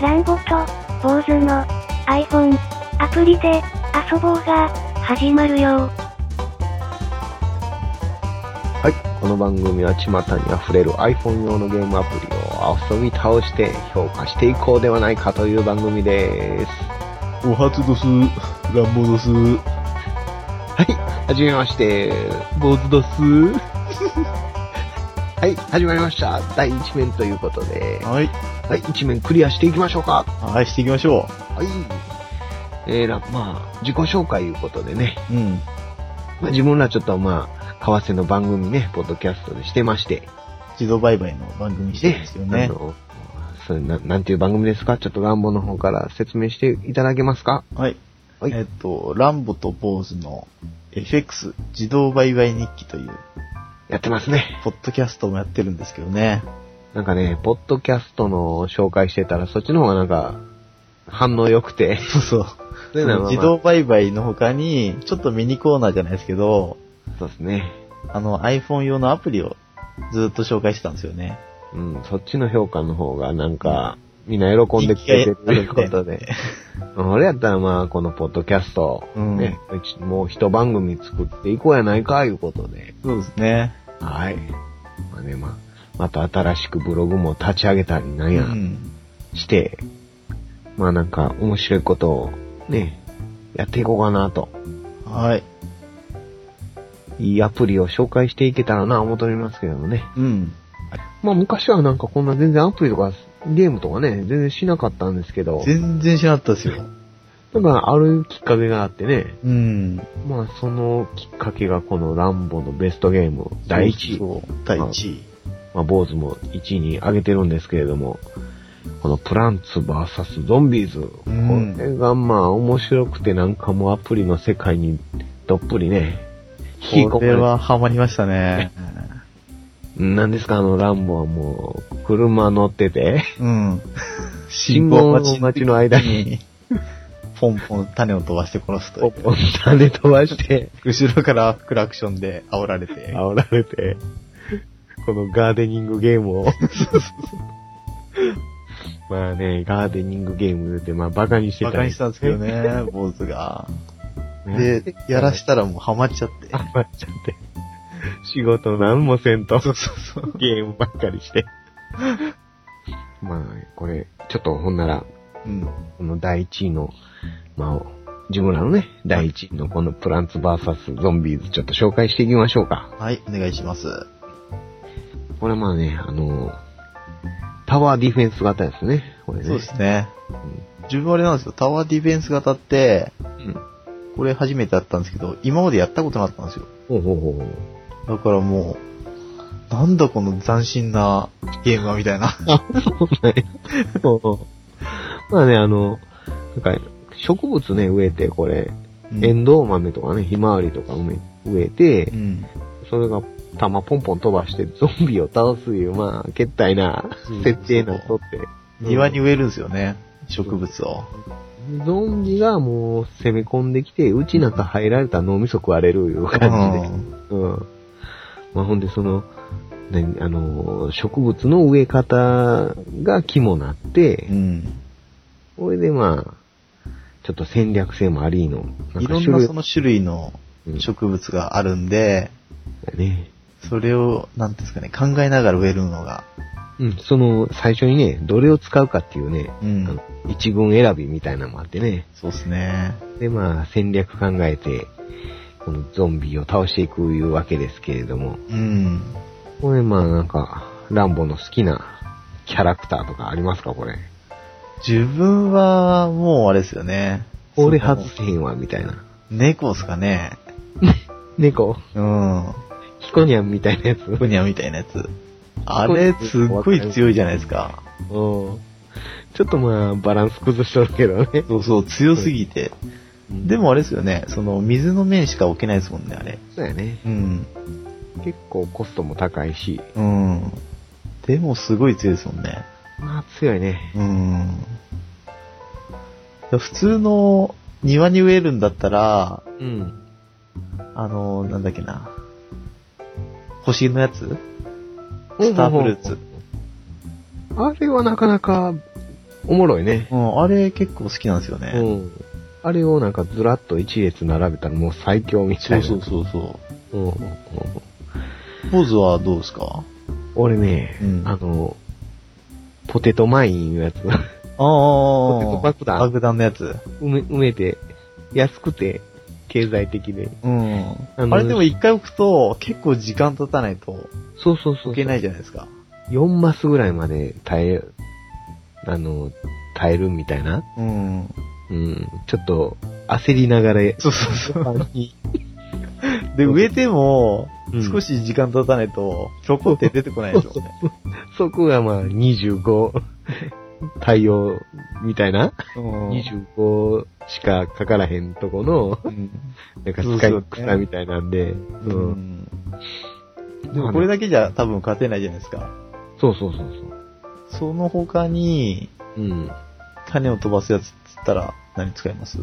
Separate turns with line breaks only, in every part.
ランゴと、坊主の、iPhone、アプリで、遊ぼうが、始まるよ
はい、この番組は巷に溢れる iPhone 用のゲームアプリを遊び倒して評価していこうではないかという番組です。
お初どす、乱暴どす、
はい、はじめまして。
坊主どす。
はい、始まりました。第1面ということで、
はい。
はい、1面クリアしていきましょうか。
はい、していきましょ
はい。えーら、まあ、自己紹介いうことでね、
う。うん。
まあ自分らちょっとまあ、為替の番組ね、ポッドキャストでしてまして、
自動売買の番組してるんですよ
あ
ね。
の、それななんていう番組ですかちょっと乱暴の方から説明していただけますか
はい。
はい
えっと、ランボと坊主の FX 自動売買日記という、
やってますね。
ポッドキャストもやってるんですけどね。
なんかね、ポッドキャストの紹介してたら、そっちの方がなんか、反応良くて。
そうそう。
そういうのはまあ
自動売買の他に、ちょっとミニコーナーじゃないですけど、
そうですね。
あの iPhone 用のアプリをずっと紹介してたんですよね。
うん、そっちの評価の方がなんか、みんな喜んでくれてるということで。うん 俺やったらまあ、このポッドキャスト、
うん
ね、うちもう一番組作っていこうやないか、いうことで。
そうですね。
はい。まあね、まあ、また新しくブログも立ち上げたりなんや、
うん。
して、まあなんか面白いことをね、やっていこうかなと。
はい。
いいアプリを紹介していけたらな、思っておりますけどもね。
うん。
まあ昔はなんかこんな全然アプリとかゲームとかね、全然しなかったんですけど、
全然知らなかったですよ。
なんかあるきっかけがあってね、
うん。
まあそのきっかけがこのランボのベストゲーム、第一位、
そう第一位。
まあ坊主も1位に上げてるんですけれども、このプランツ VS ゾンビーズ、
ん
これがまあ面白くてなんかもうアプリの世界にどっぷりね、引き込ま
こ
れ
れ
て
はハマりましたね。
なんですか、あの、ランボはもう、車乗ってて、
うん。
信号の街の間に、
に、 ポンポン種を飛ばして殺すとい
ポ
う
ン。ポン種飛ばして、
後ろからクラクションで煽られて。
煽られて、このガーデニングゲー ムを。まあね、ガーデニングゲームで、まあ、バカにしてた
バ
り。
カにしたんですけどね、坊主が。
ね。
で、やらしたらもうハマっちゃって。
あ、まっちゃって。仕事なんもせんと、
そうそうそう。
ゲームばっかりして。まあ、これ、ちょっとほんなら、
うん。
この第一位の、まあ、自分らのね、第一位のこのプランツバーサスゾンビーズちょっと紹介していきましょうか。
はい、お願いします。
これはまあね、あの、タワーディフェンス型ですね。これね。
そうですね。自分あれなんですよ、タワーディフェンス型って、
うん。
これ初めてやったんですけど、今までやったことなかったんですよ。
ほうほうほうほう。
だからもう、なんだこの斬新なゲームはみたいな。
まあね、あの、なんか、植物ね、植えて、これ、
うん
エンドウ豆とかね、ひまわりとか埋め植えて
う、ん。
それが弾ポンポン飛ばしてゾンビを倒すいう、まあ、けったいな
うん
設定なとって。
庭に植えるんですよね、植物を。
ゾンビがもう攻め込んできて、うちなんか入られたら脳みそ食われるいう
う
感じで。
ん。
うん。まあほんでその、何あの、植物の植え方が肝なって、
うん。
これでまあ、ちょっと戦略性もありの。
いろんなその種類の
うん
植物があるんで、
ね。
それを、なんていうんですかね、考えながら植えるのが。
うん、その、最初にね、どれを使うかっていうね、
う
あ
ん
の。一軍選びみたいなのもあってね。
そうですね。
でまあ、戦略考えて、このゾンビを倒していくいうわけですけれども、
うん。
これまあなんか、ランボの好きなキャラクターとかありますかこれ。
自分は、もうあれですよね。
これ
その
外せへんわ、みたいな。
猫ですかね。
猫、
うん。
ヒコニャンみたいなやつ。
ふにゃみたいなやつ。あれ、すっごい強いじゃないですか。
うんちょっとまあ、バランス崩しとるけどね。
そうそう、強すぎて。で
も
もあれですよね、その、水の面しか置けないですもんね、あれ。
そうやね。
うん。
結構コストも高いし、
うん。でもすごい強いですもんね。
まあ強いね。
うん。普通の庭に植えるんだったら、
うん。
あの、なんだっけな。星のやつスターフルーツ。
あれはなかなかおもろいね。
うん、あれ結構好きなんですよ
う
ね。
ん。あれをなんかずらっと一列並べたらもう最強みた
そ
いうな。
そうそうそ
うんうんうん
う。ポーズはどうですか
俺ね、
うん
あの、ポテトマインいうやつ、
ああ、
ポテト爆弾
爆弾のやつ。
埋め埋めて、安くて、経済的で。
うん。
あの
あれでも一回置くと、結構時間経たないと
そうそうそうそう。
置けないじゃないですか。
4マスぐらいまで耐え、あの、耐えるみたいな。
うん。
うん。ちょっと、焦りながら、
そうそうそう。で、植えても、
うん
少し時間経たないと、ひょこって出てこないでしょうね。
そこがまあ25対応みたいな、
うん。
25しかかからへんとこの、
うん
なんか
そう
使
そう
い草みたいなんで、
う
うん
ん。でもこれだけじゃ多分勝てないじゃないですか。
そうそうそうそう。
その他に、
うん。
種を飛ばすやつっつったら何使います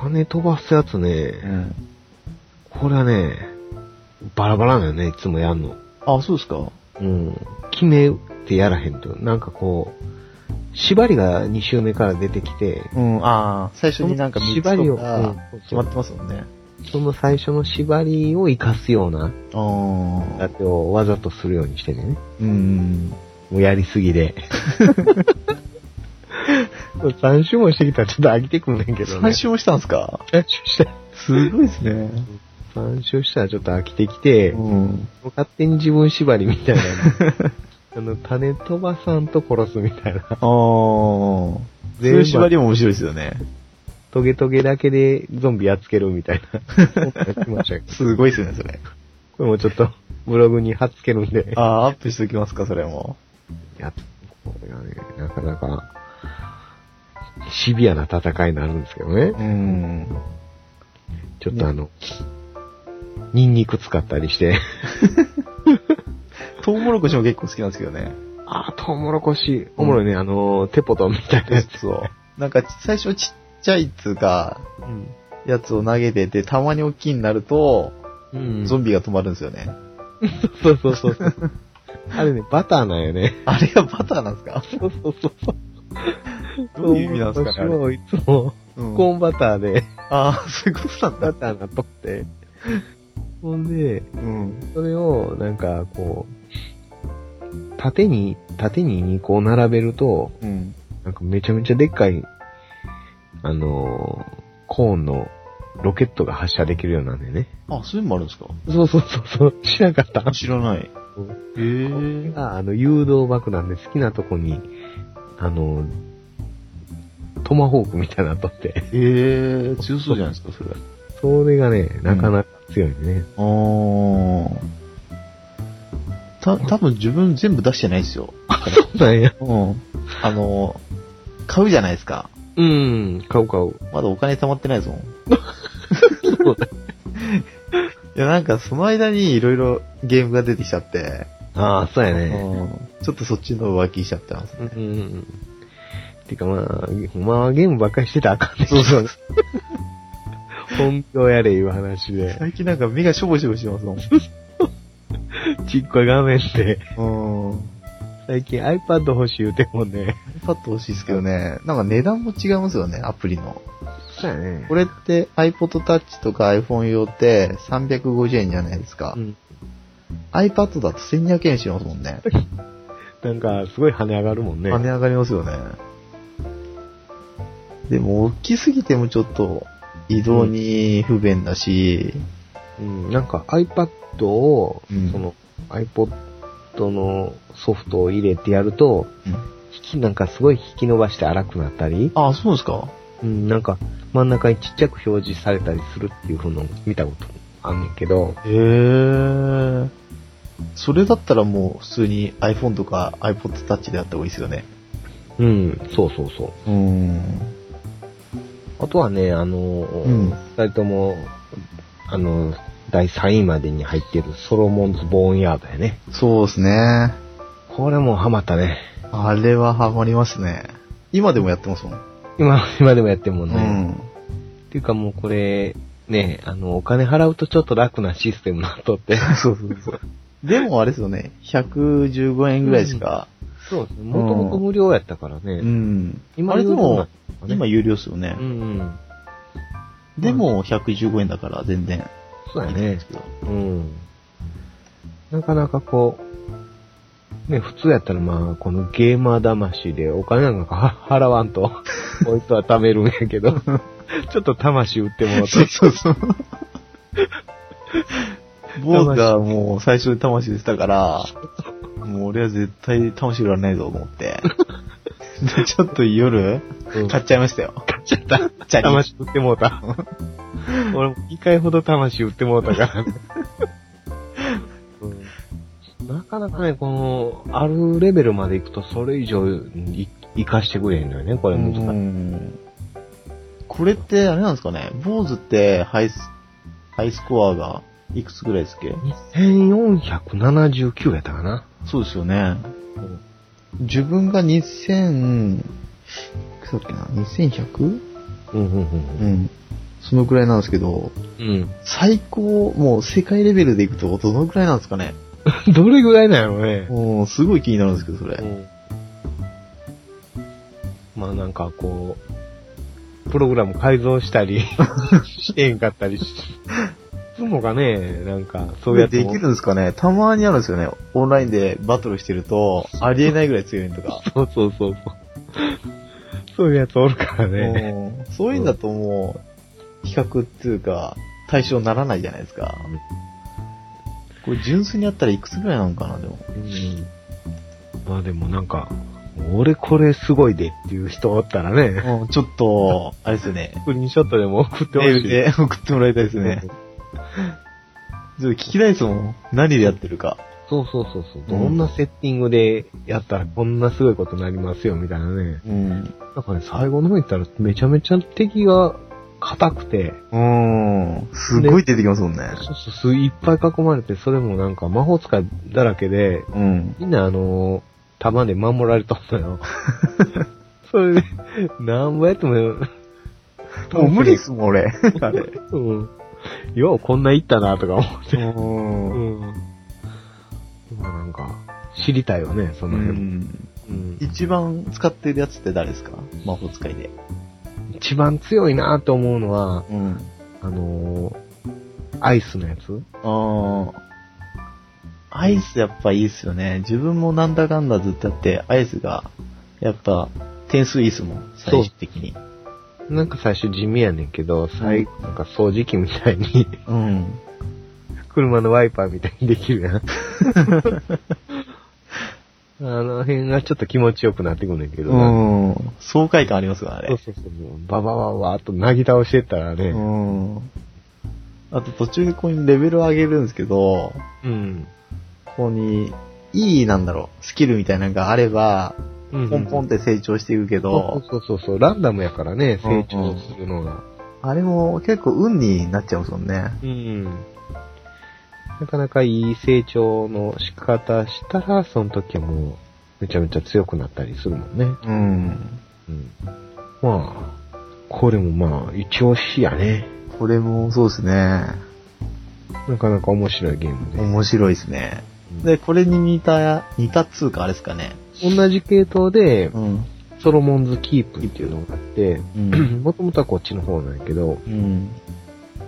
種飛ばすやつ
う
ね、
ん。
これはね、バラバラなのね、いつもやんの。
あ、そうですか
うん。決めてやらへんと。なんかこう、縛りが2周目から出てきて、
うん、ああ、最初になんか3つ
縛り
と
を、
か
うん
決まってますもんね。
その最初の縛りを活かすような、
あ
だってをわざとするようにしてね。
あ、うん。
もうやりすぎ で。3周もしてきたらちょっと飽きてくんねんけどね。
3周もしたんですか
3周した。
すごいですね。
3周したらちょっと飽きてきて、も
うん。
う勝手に自分縛りみたいな。 あの、種飛ばさんと殺すみたいな。
ああ、そういう縛りも面白いですよね。
トゲトゲだけでゾンビやっつけるみたい な。やってましたけど
すごいですね、それ。
これもちょっと、ブログに貼っつけるんで。
ああ、アップしておきますか、それも。
や、これはね、なかなか、シビアな戦いになるんですけどね。
うん。
ちょっとあの、ニンニク使ったりして。
トウモロコシも結構好きなんですけどね。
あー、トウモロコシ、おもろいね、あのー、テポトンみたいなやつ。
そう。なんか、最初ちっちゃいっつうか、やつを投げてて、たまに大きいになると、
うん
ゾ
そう
ンビが止まるんですよね。
そうそう そう。あれね、バターなんよね。
あれがバターなんですか
そうそうそう。
どういう意味なんですかねあ
トウ
れ
モロコシをいつも、
うん
コーンバターで、
ああ、そういうことなんだ
バ。ターなっとって。ほんで、
うん。
それを、なんか、こう、縦に、縦に2個並べると、
うん。
なんかめちゃめちゃでっかい、あのーコーンのロケットが発射できるようなんでね。
あ、そういうのもあるんですか
そうそうそう、そう知らなかった。
知らない。へ
うん
え。
ああの、誘導爆弾で好きなとこに、あのートマホークみたいなのとって、
へえ、強そうじゃないですか、それ。
それがね、なかなか強いね。
あー。た、多分自分全部出してないですよ。
そうなんや。
うん。あの、買うじゃないですか。
うん、買う買う。
まだお金貯まってないです もん。
そうだ
いや、なんかその間にいろいろゲームが出てきちゃって、
ああ、そうや
う
ね。
んちょっとそっちの浮気しちゃってます。
うんうんうん。てかまあ、ほんまはゲームばっかりしてたらあかんね
そうそう。
本当やれいう話で。
最近なんか目がしょぼしょぼしてますも
ちっこい画面で、
ん。うん。
最近 iPad 欲しい言うてもね。
iPad 欲しいですけどね、なんか値段も違いますよね、アプリの。
そうやね
これって iPod Touch とか iPhone 用って350円じゃないですか。
うん。
iPad だと1200円しますもんね。
なんか、すごい跳ね上がるもんね。
跳ね上がりますよね。でも、大きすぎてもちょっと、移動に不便だし、
うん。なんか iPad を、
うん
その iPod のソフトを入れてやると、
うん
引き、なんかすごい引き伸ばして荒くなったり、
ああ、そうですか
うん、なんか真ん中にちっちゃく表示されたりするっていう風のを見たことあんねんけど、
へえ。それだったらもう普通に iPhone とか iPod Touch でやった方がいいですよね。
うん、そうそうそう。
うん。
あとはね、あの、
ん
二人とも、あの、第3位までに入ってるソロモンズ・ボーンヤードやね。
そうですね。
これもうハマったね。
あれはハマりますね。今でもやってますもん。
今、今でもやってるもん
う
ね。っていうかもうこれ、ね、あの、お金払うとちょっと楽なシステム になっとって。
そうそうそう。でもあれですよね。115円ぐらいしか
そうですね。もともと無料やったからね。
うん。
今
あれでも、
有料にな
今
ったのかね、
有料ですよね
う。ん。
でも、115円だから全然
そう
い
や
いんで
ね
す。けど。
うん。なかなかこう、ね、普通やったらまあ、このゲーマー魂でお金なんかは払わんと、 こいつは貯めるんやけど、ちょっと魂売ってもらって
そうそうそう。 僕がもう最初で魂でしたから、もう俺は絶対魂売られないぞと思 って。でちょっと夜、
うん
買っちゃいましたよ。買っちゃったチャリ。
魂売ってもうた。 俺も2回ほど魂売ってもうたから、ね うんなかなかね、この、あるレベルまで行くと、それ以上い、生かしてくれへんのよね、これ難しい。
うんこれってあれなんですかね坊主ってハイス、ハイスコアがいくつぐらいですっけ
1479やったかな。
そうですよね。自分が2000、いくつだっけな ?2100?
うん、うん、
うん。そのくらいなんですけど、
うん。
最高、もう世界レベルでいくとどのくらいなんですかね
うん。どれぐらいなのね。
うん、すごい気になるんですけど、それ。
まあなんかこう、プログラム改造した り、してへんかったりし、すんのかね、なんか、そうやって
できるんですかねたまにあるんですよね。オンラインでバトルしてると、ありえないぐらい強いのと か。
そうそうそうそう。そういうやつおるからね。
うんそういうんだともう、比較っていうか、対象にならないじゃないですか。これ純粋にやったらいくつぐらいなのかな、でも。
うんまあでもなんか、俺これすごいでっていう人おったらね、
うん、ちょっと、あれですよね。
スクリーンショットでも送ってほ
メ
し
ー
い。
ルで送ってもらいたいですね。ちょっと聞きたいですもん。何でやってるか。
そうそうそうそう。ど
うん
んなセッティングでやったらこんなすごいことになりますよ、みたいなね。
うん。
なんかね、最後の方行ったらめちゃめちゃ敵が硬くて、
うん。すごい出てきますもんね。
そうそうそう、いっぱい囲まれて、それもなんか魔法使いだらけで、
うん。
みんなあのー、弾で守られたんだ よ。それで、なんぼやっても、
もう無理っすもん、俺。 あれ。
うん。よう、こんな行ったな、とか思って。う。
うん
まあなんか、知りたいよね、その辺も。
ん。
うん
一番使ってるやつって誰ですか魔法使いで。
一番強いなと思うのは、
うん。
あのー、アイスのやつ
ああ。アイスやっぱいいっすよね。自分もなんだかんだずっとやって、アイスが、やっぱ、点数いいっすもん。最終的に。
なんか最初地味やねんけど、最後、なんか掃除機みたいに、
うん。
車のワイパーみたいにでき るやん。あの辺がちょっと気持ちよくなってくんねんけどな、
うん。爽快感ありますからね。
そうそうそう。ババババーっとなぎ倒してったら
う
ね。
ん。あと途中でここにレベルを上げるんですけど、
うん。
ここに、いい、なんだろう、スキルみたいなのがあれば、
うん
ポンポンって成長していくけ
そう
ど、
そうそうそう。ランダムやからね、
うんうん
成長するのが。
あれも結構運になっちゃうもんね。
うん。なかなかいい成長の仕方したら、その時はもう、めちゃめちゃ強くなったりするもんね。
うん。
うん。まあ、これもまあ、一押しやね。
これもそうですね。
なかなか面白いゲームで。
面白いですね。で、これに似た、似たっつうかあれですかね。
同じ系統で、
うん。
ソロモンズキープっていうのがあって、
うん。
もともとはこっちの方なんやけど、
うん。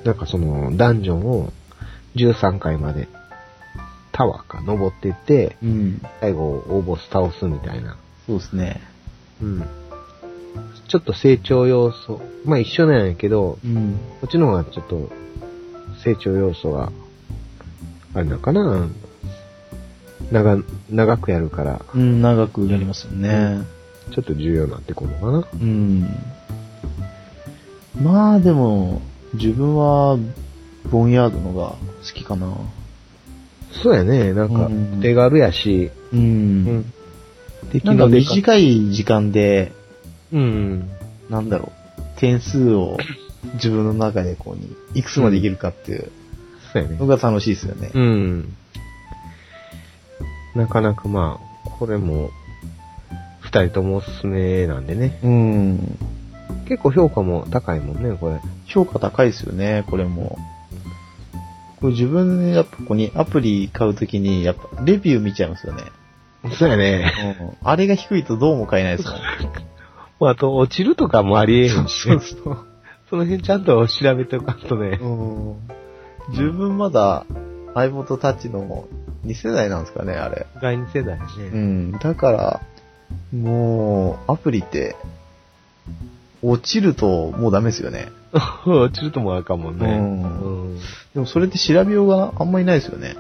なんかその、ダンジョンを13階まで、タワーか、登ってって、
うん。
最後、大ボス倒すみたいな。
そうですね。
うん。ちょっと成長要素、まあ一緒なんやけど、
うん。
こっちの方がちょっと、成長要素が、あれなのかな長、長くやるから、
うん、長くやりますよね。
ちょっと重要になってくるのかな
うん。まあでも、自分は、ボンヤードのが好きかな。
そうやね、なんか
うん、
手軽やし、
うん。
敵
なんか
の出方
短い時間で、
うん。
なんだろう、点数を自分の中でこうに、いくつまでいけるかっていう
そうやね
の。が楽しいですよね。
うん。なかなかまあ、これも、二人ともおすすめなんでね。
うん。
結構評価も高いもんね、これ。
評価高いですよね、これも。これ自分でやっぱここにアプリ買うときに、やっぱレビュー見ちゃいますよね。
そうや ね。
うんあれが低いとどうも買えないですもん。
まあ、あと、落ちるとかもありえへんしね、
そうそう。
その辺ちゃんと調べておかんとね。
うん十分まだ iPod Touch の2世代なんですかね、あれ。
第二世代や
う
ね。
ん。だから、もう、アプリって、落ちるともうダメですよね。
落ちるともあかんもんね。
うん
うん
でもそれって調べようがあんまりないですよね。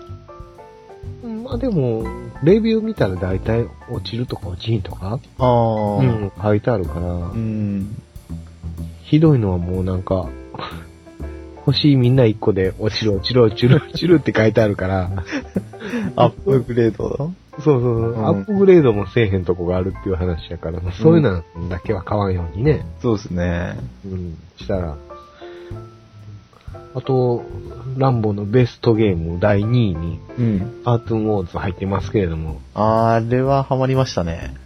まあでも、レビュー見たら大体落ちるとか落ちひんとか、
ああ
う。ん、書いてあるから、
うん。
ひどいのはもうなんか、 欲しいみんな一個で落ちる落ちる落ちる落ちるって書いてあるから、
アップグレード
そうそうそう、
うん
アップグレードもせえへんとこがあるっていう話やから、そういうのだけは買わんようにね、
そうですね。
うん、したら。あと、ランボのベストゲーム第2位に、
うん。
アートゥーンウォーズ入ってますけれども、
あれはハマりましたね。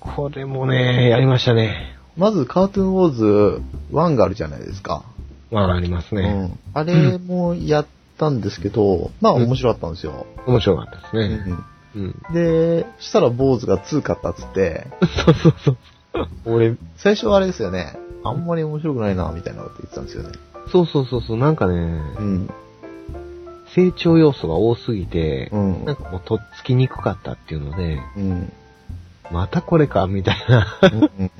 これもね、やりましたね。
まず、カートゥーンウォーズ1があるじゃないですか。
まあ、ありますね。
うん。あれもやったんですけど、まあ
うん
面白かったんですよ。
面白かったです
う
ね。
ん。
うん。
で、そしたら坊主が2買ったっつって、
そうそうそう。
俺、最初はあれですよね。あんまり面白くないな、みたいなこと言ってたんですよね。
そうそうそうそう、なんかね、
うん。
成長要素が多すぎて、
うん
なんかもうとっつきにくかったっていうので、
うん。
またこれか、みたいな。
うん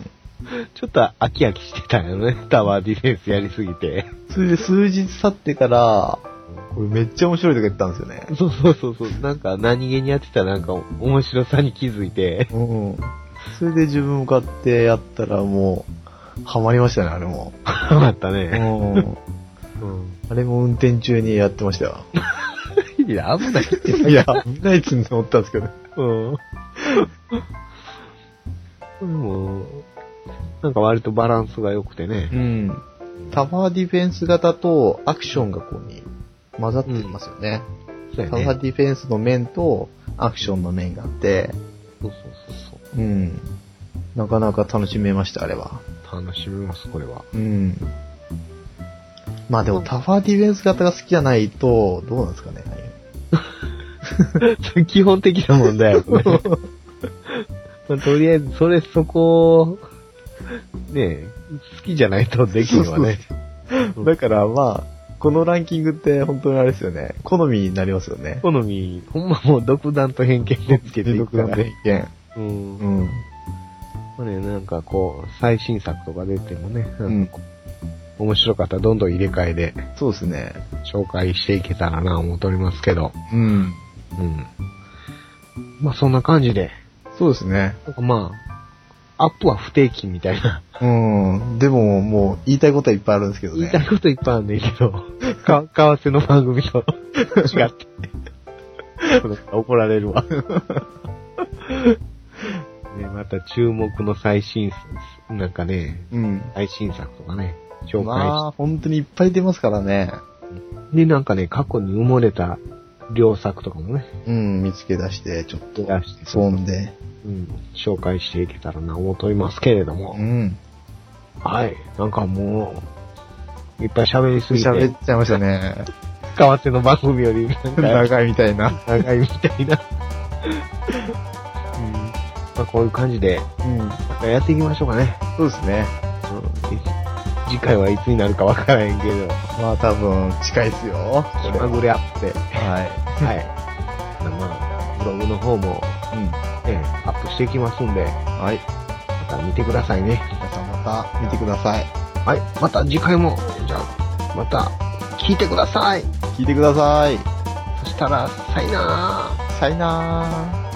ちょっと飽き飽きしてたよね。タワーディフェンスやりすぎて。
それで数日経ってから、これめっちゃ面白いとか言ったんですよね。
そうそうそうそう。なんか何気にやってたらなんか面白さに気づい て。
うん。それで自分向かってやったらもう、ハマりましたね、あれも。
ハマったね。
ん。
うん。
あれも運転中にやってましたよ。
いや、危ない。
いや、危ないっつって思ったんですけど。
うん。 でも、なんか割とバランスが良くてね。
うん。タワーディフェンス型とアクションがこうに混ざっていますよね。
そうや
タ
ね。
ワーディフェンスの面とアクションの面があって、
そうそうそう
うん。なかなか楽しめました、あれは。
そう。楽しみます、これは。
うん。まあでもタワーディフェンス型が好きじゃないと、どうなんですかね。
基本的な問題やもん ね。まあとりあえず、それ、そこを、ねえ、好きじゃないとできるわね。うん
だからまあ、このランキングって本当にあれですよね。好みになりますよね。
好み、ほんまもう独断と偏見でつけていくから。
独断と偏
うん。ま
見。うん。
あね、なんかこう、最新作とか出てもね、
う
なん
ん
かこう面白かったらどんどん入れ替えで
そうですね。
紹介していけたらな思っておりますけど。
うん。
うん。まあそんな感じで、
そうですね。
なんかまあ、アップは不定期みたいな。
うん。でも、もう、言いたいことはいっぱいあるんですけど
言
ね
い。たいこといっぱいあるんだけど、か、為替の番組と違って。怒られるわ。ね、また注目の最新、なんかね、
うん。
最新作とかね、紹介
まあ、本当にいっぱい出ますからね。
して。で、なんかね、過去に埋もれた良作とかもね、
うん、見つけ出して、ちょっと、
出して
そんで。
うん、紹介していけたらな、思うとりますけれども
う。ん。
はい。なんかもう、いっぱい喋りすぎて、
喋
為
っちゃいましたね。
替の番組より、なんか、
長いみたいな。
長いみたい な。まあ、こういう感じで、
うん。
またやっていきましょうかね。
そうですね。
うん次回はいつになるかわからへんけど、
まあ、多分、近いですよ。こ
気まぐれア ップで。
れは
はい。まあ、ブログの方も、
い。うん。
ええアップしていきますんで、
はい。
また見てくださいね。
皆さんまた見てください。
はい。また次回も、じゃあ、また、聞いてください。
聞いてください。
そしたら、さいなら。
さよなら。